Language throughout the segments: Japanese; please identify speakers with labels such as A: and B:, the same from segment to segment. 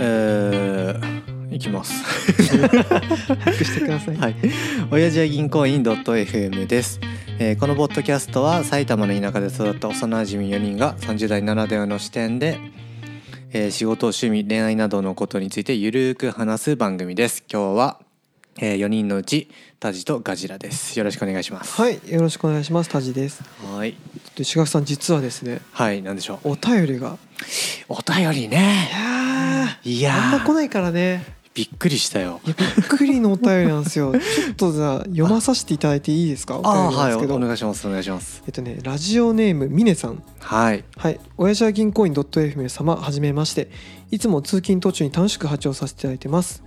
A: えー、いきます。
B: ックしてください。
A: はい、親父は銀行員 .fm です、えーこのポッドキャストは埼玉の田舎で育った幼馴染4人が30代ならではの視点で、えー仕事趣味恋愛などのことについてゆるーく話す番組です今日は、え4人のうちタジとガジラですよろしくお願いします
B: はい、よろしくお願いします。タジです。
A: はい
B: で、志賀さん、実はですね、
A: はいなんでしょう
B: お便りが。
A: お便り
B: い
A: ね
B: や
A: い
B: ー、
A: や
B: あんま来
A: ー
B: ないからね。
A: びっくりしたよ
B: いや、びっくりのお便りなんですよ。ちょっとじゃあ、読まさせていただいていいですか。お便
A: ああ
B: りなん
A: はい
B: です
A: お
B: けど。
A: お願いしますお願いします
B: えっとね、ラジオネームミネさん。
A: はい
B: はい、親父は銀行員 .fm 様はじめましていつも通勤途中に楽しく拝聴させていただいてます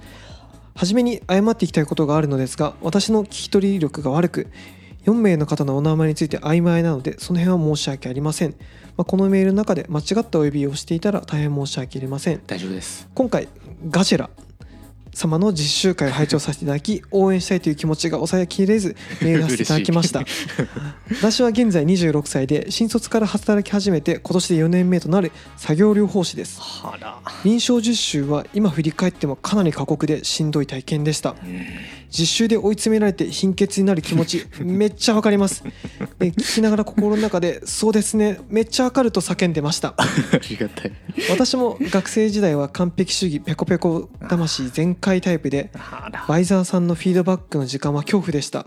B: はじめに謝っていきたいことがあるのですが私の聞き取り力が悪く4名の方のお名前について曖昧なのでその辺は申し訳ありません、まあ、このメールの中で間違ったお呼びをしていたら大変申し訳ありません
A: 大丈夫です
B: 今回ガジェラ様の実習会を拝聴させていただき応援したいという気持ちが抑えきれずメールさせていただきました私は現在26歳で新卒から働き始めて今年で4年目となる作業療法士です
A: はら
B: 臨床実習は今振り返ってもかなり過酷でしんどい体験でした実習で追い詰められて貧血になる気持ちめっちゃわかりますで聞きながら心の中で「そうですねめっちゃわかる」と叫んでました
A: ありがたい
B: 私も学生時代は完璧主義ペコペコ魂全開タイプで
A: はら
B: バイザーさんのフィードバックの時間は恐怖でした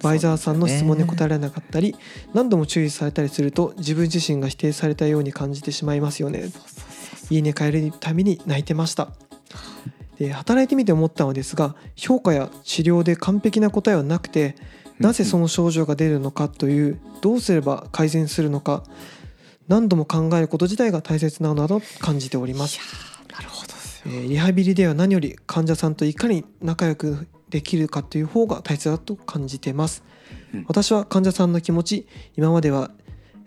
B: バイザーさんの質問に答え
A: え
B: られなかったり、何度も注意されたりすると自分自身が否定されたように感じてしまいますよね家に帰るために泣いてましたで働いてみて思ったのですが評価や治療で完璧な答えはなくてなぜその症状が出るのかというどうすれば改善するのか何度も考えること自体が大切なのだと感じております
A: なるほどです
B: え
A: よ
B: ーリハビリでは何より患者さんといかに仲良くできるかという方が大切だと感じています、
A: うん
B: 私は患者さんの気持ち今までは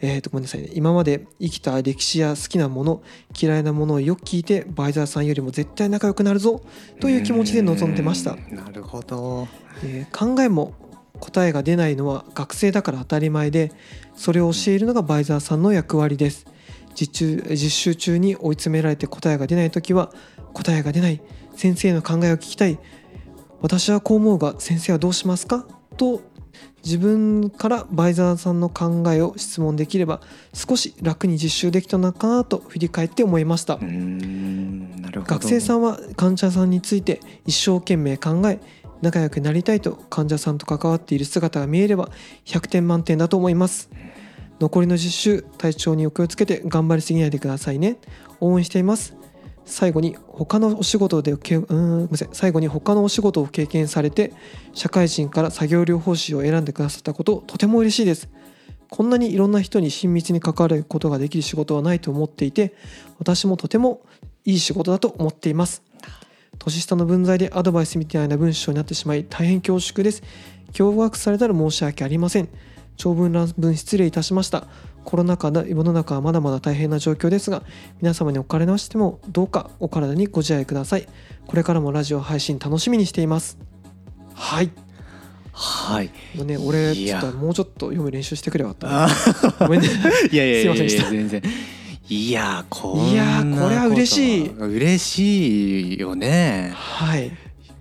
B: えー、とごめんなさいね今まで生きた歴史や好きなもの嫌いなものをよく聞いてバイザーさんよりも絶対仲良くなるぞという気持ちで臨んでました
A: う、ーんなるほど
B: えー考えも答えが出ないのは学生だから当たり前でそれを教えるのがバイザーさんの役割です実中実習中に追い詰められて答えが出ない時は答えが出ない先生の考えを聞きたい私はこう思うが先生はどうしますかと自分からバイザーさんの考えを質問できれば少し楽に実習できたのかなと振り返って思いました
A: うーんなるほど
B: 学生さ
A: ん
B: んは患者さんについて一生懸命考え仲良くなりたいと患者さんと関わっている姿が見えれば100点満点だと思います残りの実習体調にお気をつけて頑張りすぎないでくださいね応援しています最後に他のお仕事でけうーんごめんなさい最後に他のお仕事を経験されて社会人から作業療法士を選んでくださったこととても嬉しいですこんなにいろんな人に親密に関わることができる仕事はないと思っていて私もとてもいい仕事だと思っています年下の文在でアドバイスみたいな文章になってしまい大変恐縮です驚愕されたら申し訳ありません長文乱文失礼いたしましたコロナ禍の世の中はまだまだ大変な状況ですが皆様におかれましてもどうかお体にご自愛くださいこれからもラジオ配信楽しみにしていますはい
A: はい
B: もうね俺
A: い
B: ちょ
A: や
B: っともうちょっと読む練習してくれよかっ
A: あ
B: たごめんね
A: いやいやいやいや
B: すいませんでした
A: 全然いやーこんない
B: やーこれは嬉しい
A: こと嬉しいよね
B: はい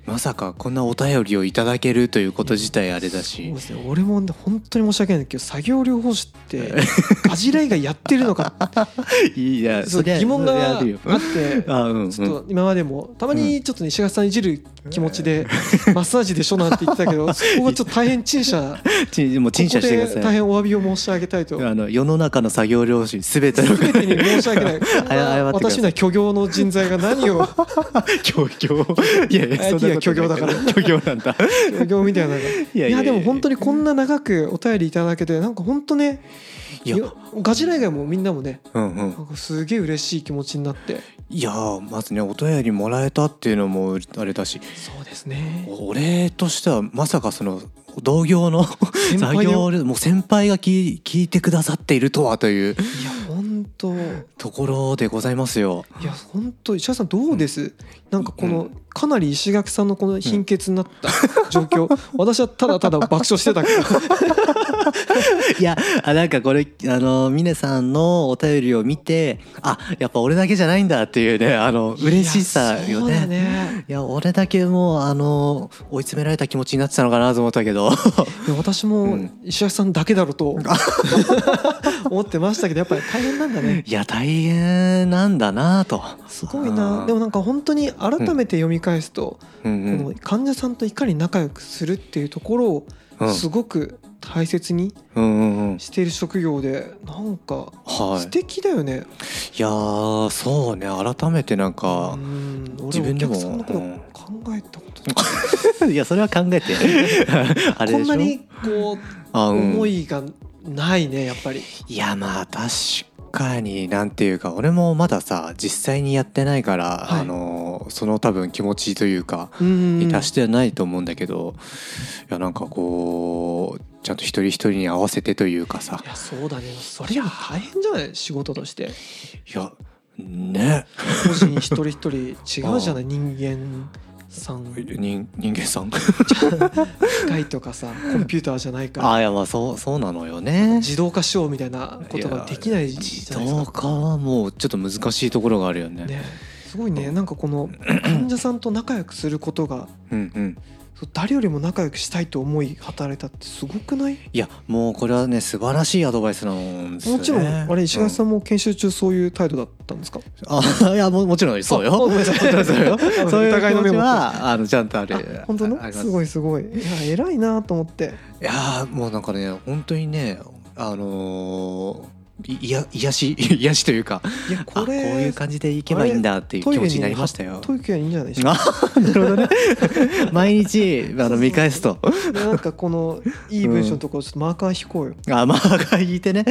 A: まさかこんなお便りをいただけるということ自体あれだ
B: そ
A: し
B: うですね俺もね本当に申し訳ないんだけど作業療法士って ガジライがやってるのかって
A: いや
B: そ
A: そ
B: う
A: りゃ
B: 疑問
A: そり
B: が
A: ゃ
B: あ
A: あ
B: っ
A: るよ
B: て
A: あ うんうん
B: ちょっと今までもたまにちょっとね石垣さんいじる気持ちで マッサージでしょなんて言ってた けどそこがちょっと大変陳謝
A: ちもう 陳謝してくだ
B: ここ
A: さ
B: で
A: い
B: 大変お詫びを申し上げたいと
A: あの世の中の作業療士すべての
B: 全てに申し訳ない
A: 謝ってください
B: 私には虚業の人材が何を
A: 虚業いやいやそんなこと
B: いや虚業だから
A: 虚業なんだ
B: 虚業みたいなのが
A: いやいやいや
B: いやでも本当にこんな長くお便りいただけてなんか本当ね
A: いや
B: よガジラ以外もみんなもね
A: うんうん
B: なんかすげえ嬉しい気持ちになって
A: いやーまずねお便りもらえたっていうのもあれだし
B: そうですね
A: お俺としてはまさかその同業の
B: 先輩
A: 作
B: だよ
A: 業療もう先輩が聞い聞いてくださっているとはという
B: いや本当
A: ところでございますよ。
B: いや本当石垣さんどうです、なんかこの、
A: う
B: かなり石垣さんのこの貧血になった 状況、私はただただ爆笑してたけど
A: いやあなんかこれあの峰さんのお便りを見てあやっぱ俺だけじゃないんだっていうねあの 嬉しさ
B: いや
A: よ
B: そうだ
A: ね。
B: ね
A: いや俺だけもうあの追い詰められた気持ちになってたのかなと思ったけど
B: いや私
A: う
B: も
A: ん
B: 石垣さんだけだろ うと思ってましたけどやっぱり大変なんだね
A: いや大変なんだなと、
B: すごいうなんでもなんか本当に改めて読み返すと、
A: うんうん
B: この患者さんといかに仲良くするっていうところ
A: う
B: を
A: ん
B: すごく大切に
A: うんうんうん、
B: している職業でなんか
A: はい
B: 素敵だよね、
A: いやーそうね改めてなんか
B: う、ん俺
A: 自分でも
B: お客さんのこと考えたことない
A: いやそれは考えて あれでしょ
B: こんなにこ
A: あ
B: う
A: うん
B: 思いがないねやっぱり
A: いやまあ確かになんていうか俺もまださ実際にやってないから、
B: はい
A: あのその多分気持ちというか
B: うん
A: に達してはないと思うんだけど、いやなんかこうちゃんと一人一人に合わせてというかさ
B: いやそうだねそれは大変じゃない仕事として
A: いやね
B: 個人一人一人違うじゃない人間さん機
A: 人人間さん
B: 械とかさコンピューターじゃないから
A: あいやまあそうそうなのよね
B: 自動化しようみたいなことができないじ
A: 自
B: ゃないです
A: 動
B: か
A: 化はもうちょっと難しいところがあるよね
B: ねすごいねなんかこ の患者さんと仲良くすることが
A: うんうん
B: そう誰よりも仲良くしたいと思い働いたってすごくない
A: いやもうこれはね素晴らしいアドバイスなんですよね
B: もちろんあれ石川さ
A: ん、
B: んも研修中そういう態度だったんですか、
A: あいやももちろんそうよ
B: あごめんなさい
A: そう よそうよそういう
B: 疑いの
A: 気持
B: 目
A: ち
B: も
A: はあのちゃんとあれ
B: あ本当の
A: ああります
B: ごいすごいいや偉いなと思って
A: いやーもうなんかね本当にねあのーいいや癒し 癒しというか
B: いや
A: あ
B: こ
A: こう
B: れ
A: いう感じで行けばいいんだっていう気持ちになりましたよ。
B: トイレにトイレにいいんじゃないでしょうか
A: あ なるほ どね毎日あの見返すと
B: でなんかこのいい文章のところちょっとマーカー引こうよ、
A: あ まあ引いてね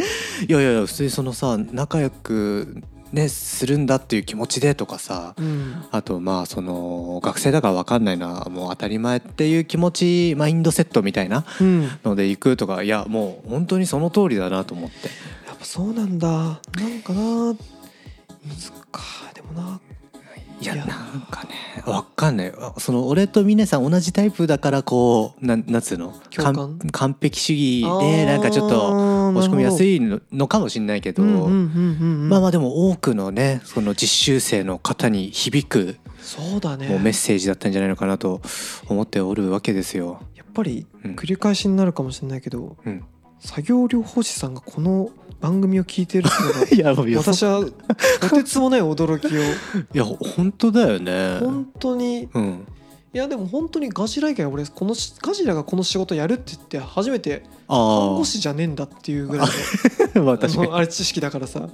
A: いやいやいや普通にそのさ仲良くねするんだっていう気持ちでとかさ
B: うん
A: あとまあその学生だから分かんないのはもう当たり前っていう気持ちマインドセットみたいな
B: うん、や
A: ので行くとかいやもう本当にその通りだなと思って
B: っぱそうなんだなんかな難かでもない
A: や
B: いや
A: なんかね分かんないあその俺と峰さん同じタイプだからこうなんなんつうの
B: 共感
A: 完完璧主義でなんかちょっと
B: と
A: 落ち込みやす
B: い
A: いののかもしれないけど。
B: うんうんうんうんうん
A: まあまあでも多くのねその実習生の方に響く
B: そうだね
A: もうメッセージだったんじゃないのかなと思っておるわけですよ。
B: やっぱり
A: うん
B: 繰り返しになるかもしれないけど、
A: うん
B: 作業療法士さんがこの番組を聞いてるっていうの が
A: いやもう
B: 私
A: 私は
B: はとてつもない驚き
A: いや本当だよ
B: を
A: ね
B: 本。当にい
A: うん、
B: やでも本当にガジラ以外俺このしガジラがこの仕事やるって言って初めて看
A: あ
B: 護師じゃねえんだっていうぐらい
A: あまあ 確か
B: の
A: に
B: あれ知識だからさ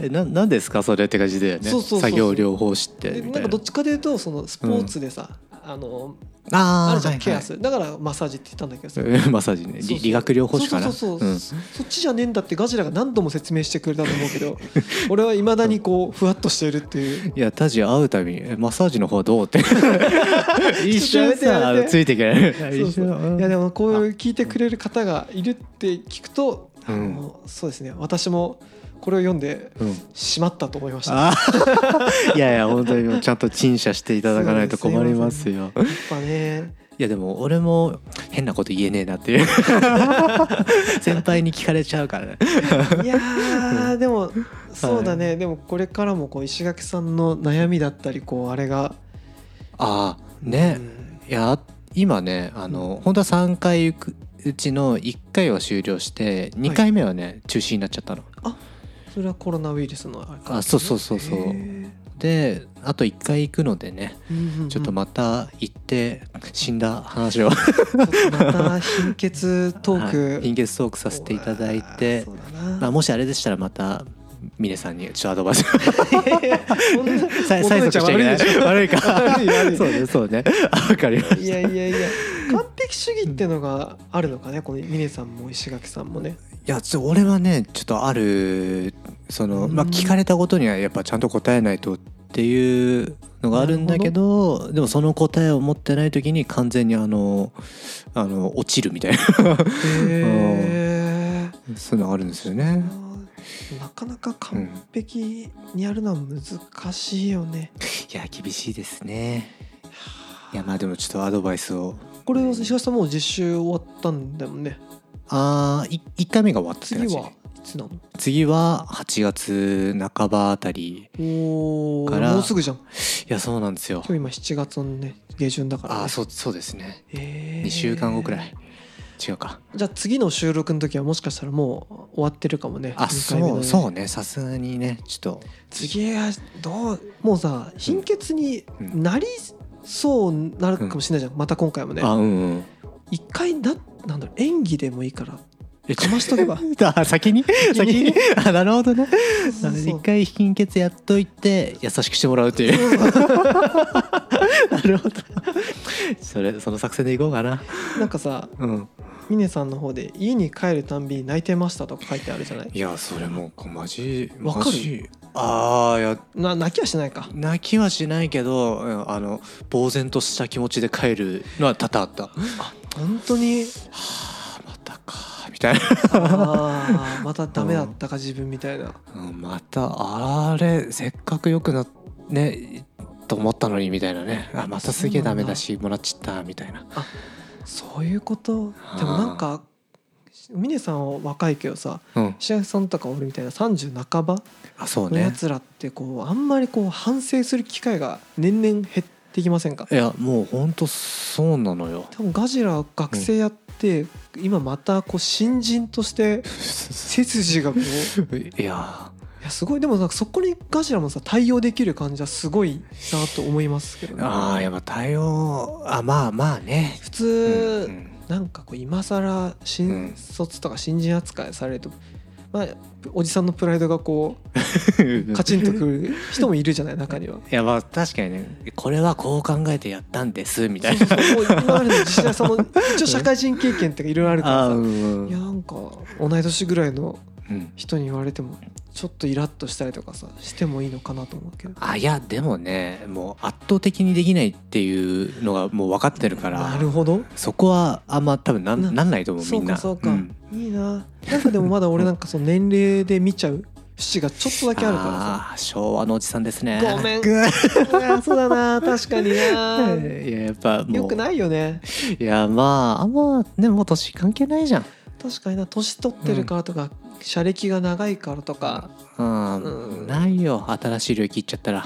A: えななんですかそれって感じだよね
B: そうそうそうそう
A: 作業療法士って
B: で
A: みた
B: なん
A: い
B: か
A: な
B: どっちかというとそのスポーツでさ、あの
A: あー
B: あるじゃん、
A: はいはい
B: ケアするだからマッサージって言ったんだけどさ
A: うん マッサージね
B: そうそう
A: 理理学療法士かな
B: そうそうそうそう
A: うん
B: そそっちじゃねえんだってガジラが何度も説明してくれたと思うけ ど俺はいまだにこうふわっとしてるっていう
A: いやタジ会うたびにえ「マッサージの方はどう?」って 一瞬
B: やめてやめて
A: さあのついていけない
B: そう
A: 一
B: そう
A: 瞬
B: いやでもこういう聞いてくれる方がいるって聞くと、
A: うん
B: あのそうですね私もこれを読んで
A: うん
B: しまったと思いましたやっ
A: あ いやいや本当にちゃんと陳謝していただかないと困りますよ。
B: ぱね
A: いやでも俺も変なこと言えねえな っていう先輩に聞かれちゃうからね。
B: いやーで もそうだね、でもこれからもこう石垣さんの悩みだったりこうあれが
A: ああね、
B: うん
A: いや今ねあの、本当は3回行くうちの1回は終了して2回目はね、中止になっちゃったの。
B: それはコロナウイルスのあれか、
A: あそうそうそうそう
B: へー
A: であと1回行くのでね
B: うんうんうん
A: ちょっとまた行って死んだ話を、
B: ちょっとまた貧血トー
A: はい
B: ク
A: 貧血トークさせていただいて
B: そう。だな
A: まあ、もしあれでしたらまた峰さんにちょっとアドバイ ス
B: そんな
A: さい催促しちゃいけない悪いか
B: 悪い悪い
A: そうねそうねあわかりました
B: いやいやいや完璧主義ってのがあるのかねこの峰さんも石垣さんもね
A: いやちょ俺はねちょっとあるその、まあ、
B: うん
A: 聞かれたことにはやっぱちゃんと答えないとっていうのがあるんだけどでもその答えを持ってない時に完全にあのあの落ちるみたいな
B: へえ
A: そういうのがあるんですよね。
B: なかなか完璧にやるのは難しいよね、
A: いや厳しいですねいやまあでもちょっとアドバイスを
B: これは石橋さんもう実習終わったんだよね
A: ああ1回目が終わったって
B: 次
A: 感じ
B: はいつなの
A: 次は8月半ばあたり
B: お
A: から
B: ーもうすぐじゃん
A: いやそうなんですよ
B: 今日今7月のね下旬だから、ね、
A: ああそうそうですね
B: えー
A: 2週間後くらい違うか
B: じゃあ次の収録の時はもしかしたらもう終わってるかもね
A: あ
B: 二回目
A: そう
B: のね
A: そうねさすがにねちょっと
B: 次はどうもうさ貧血に
A: うん
B: なりそうになるかもしれないじゃん、また今回もね
A: あうんうん
B: 一回ななんだろう演技でもいいから
A: え
B: かましとけば
A: あ 先に先
B: 先に
A: にあなるほどね
B: そうそう
A: 一回貧血やっといて優しくしてもらうという なるほどそれその作戦でいこうかな
B: なんかさ
A: うん
B: 峰さんの方で「家に帰るたんびに泣いてました」とか書いてあるじゃない
A: いやそれもうマジ
B: わかる
A: マジああいや
B: な泣きはしないか
A: 泣きはしないけどうんあの呆然とした気持ちで帰るのは多々あった
B: 本当に
A: あまたかみたいな、
B: ああまたダメだったか自分みたいな
A: うん、またあれせっかく良くなっねと思ったのにみたいなねあまたすげえダメだしもらっちゃったみたいな
B: そういうこと
A: あー
B: でもなんか峰さんは若いけどさ
A: うん
B: 石橋さんとか俺みたいな30半ば
A: あそう
B: のや
A: ね
B: つらってこうあんまりこう反省する機会が年々減ってきませんか
A: いやもうほんとそうなのよ
B: 多分ガジラ学生やって、今またこう新人として背筋がこ う
A: いや
B: いやすごいでもなんかそこにガジラもさ対応できる感じはすごいなと思いますけどね
A: あーやっぱ対応あまあまあね
B: 普
A: う
B: 通、
A: ん
B: なんかこう今更
A: う
B: 新
A: ん
B: 卒とか新人扱いされると、まあ、おじさんのプライドがこう
A: うん
B: カチンとくる人もいるじゃない中には。
A: いやまあ確かにねこれはこう考えてやったんですみた
B: そう
A: いな
B: そうそうもう今までの自信はその一応社会人経験とかいろいろ あるから
A: あー
B: さ
A: う、んうん
B: いやなんか同い年ぐらいの
A: うん
B: 人に言われてもちょっとイラッとしたりとかさしてもいいのかなと思うけど
A: あいやでもねもう圧倒的にできないっていうのがもう分かってるから
B: なるほど
A: そこはあんま多分なん
B: な
A: なんないと思う
B: そ
A: み
B: うん
A: な
B: かそうか、
A: ん
B: いいななんかでもまだ俺なんかその年齢で見ちゃう節がちょっとだけあるからさ
A: あー昭和のおじさんですね
B: ごめんいやそうだな確かにな
A: い ややっぱもう
B: よくないよね
A: いやまああんまねもう年関係ないじゃん
B: 確かにな年取ってるからとか、車歴が長いからとか
A: うん、
B: うん
A: ないよ新しい領域行っちゃったら
B: い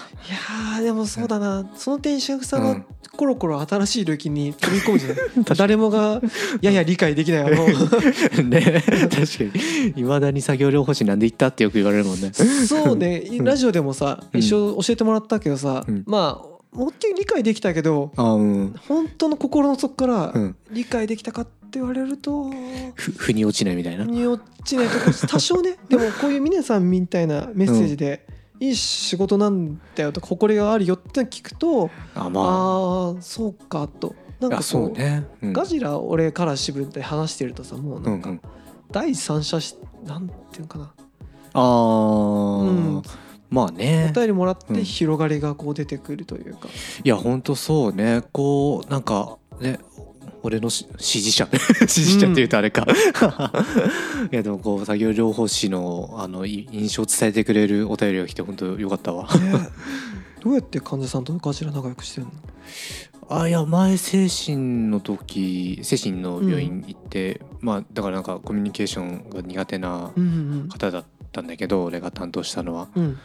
B: やーでもそうだな、その点石さん
A: う
B: は
A: ん
B: コロコロ新しい領域に飛び込むじ ゃない誰もがやや理解できないあの
A: ね確かにいまだに作業療法士なんで行ったってよく言われるもん ね
B: そうねラジオでもさ、
A: うん
B: 一緒教えてもらったけどさ、
A: うん
B: まあもっきり理解できたけど
A: あうん
B: 本当の心の底から
A: うん
B: 理解できたかって言われると、
A: ふ腑に落ちないみたいな
B: に落ちないとこ多 少ねでもこういう峰さんみたいなメッセージで、いい仕事なんだよとか誇りがあるよって聞くと
A: あ
B: あ
A: ま
B: あそうかとなん
A: あ
B: か
A: あ
B: そ
A: そううね、うん、
B: ガジラ俺から支部で話してるとさもう
A: う
B: なん
A: うん
B: か
A: ん
B: 第三者しなんていうのかな
A: あー、
B: うん
A: まあね
B: お便りもらっ
A: う
B: て
A: ん
B: 広がりがこう出てくるというか、
A: いやほんとそうねこうなんかね俺のし支持者 支持者っていうとあれか、 いやでもこう作業療法士のあのい印象を伝えてくれるお便りが来て本当よかったわ
B: ね どうやって患者さんとガジラ仲良くしてるの
A: あいや前精神の時精神の病院行って、まあだからなんかコミュニケーションが苦手な
B: うん
A: 方だったんだけど俺が担当したのは
B: うんうん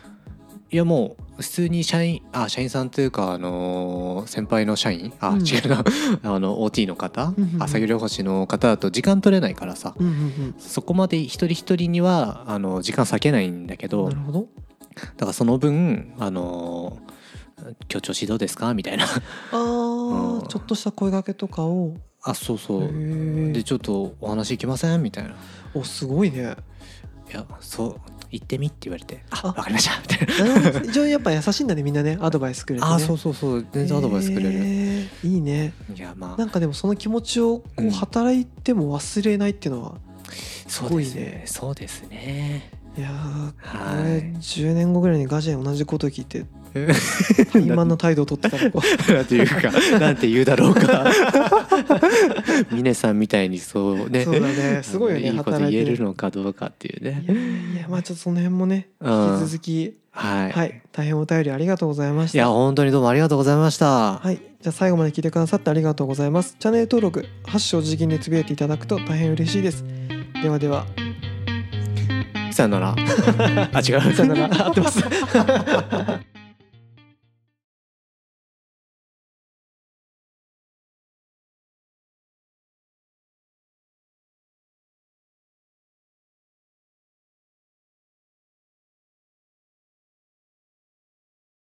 A: いやもう普通に社員あ社員さんというかあのー先輩の社員あ、
B: うん
A: 違うな あの OT の方、
B: うんうんうん
A: あ作業療法士の方だと時間取れないからさ
B: うんうん
A: そこまで一人一人にはあの時間割けないんだけ
B: うん
A: ど
B: なるほど
A: だからその分あのー「今日調子どうですか?」みたいな
B: あー、
A: うん
B: ちょっとした声掛けとかを
A: あそうそ
B: へ
A: う
B: ー
A: でちょっとお話行きませんみたいな
B: おすごいね
A: 「いやそう行ってみ」って言われて「あ
B: あ
A: わかりました」み たいな。
B: 非常にやっぱ優しいんだねみんなねアドバイスくれて、ね、
A: あそうそうそう全然アドバイスくれ
B: へ
A: る。
B: ーいいね
A: いやま
B: な
A: あ
B: んかでもその気持ちをこ
A: う
B: うん働いても忘れないっていうのは、
A: そう
B: ごい
A: で
B: ね
A: すねそうですね。
B: いやーこ
A: は
B: れ
A: い
B: 10年後ぐらいにガジラに同じこと聞いて怠慢な態度をとってたのか
A: なんていうか なんて言うだろうか 峰さんみたいにそう ね
B: そうだ ねすごいよね
A: いいこと
B: 働い
A: 言
B: て
A: え
B: る
A: るのかどうかっていうね
B: いやいやまあちょっとその辺もね
A: うん
B: 引き続き
A: はい、、
B: はいい大変お便りありがとうございました
A: や本当にどうもありがとうございました、
B: はい、じゃあ最後まで聞いてくださってありがとうございます。チャンネル登録、ハッシュお辞儀でつぶやいていただくと大変嬉しいです。ではでは、
A: さよならあ違う
B: さよなら、合ってます。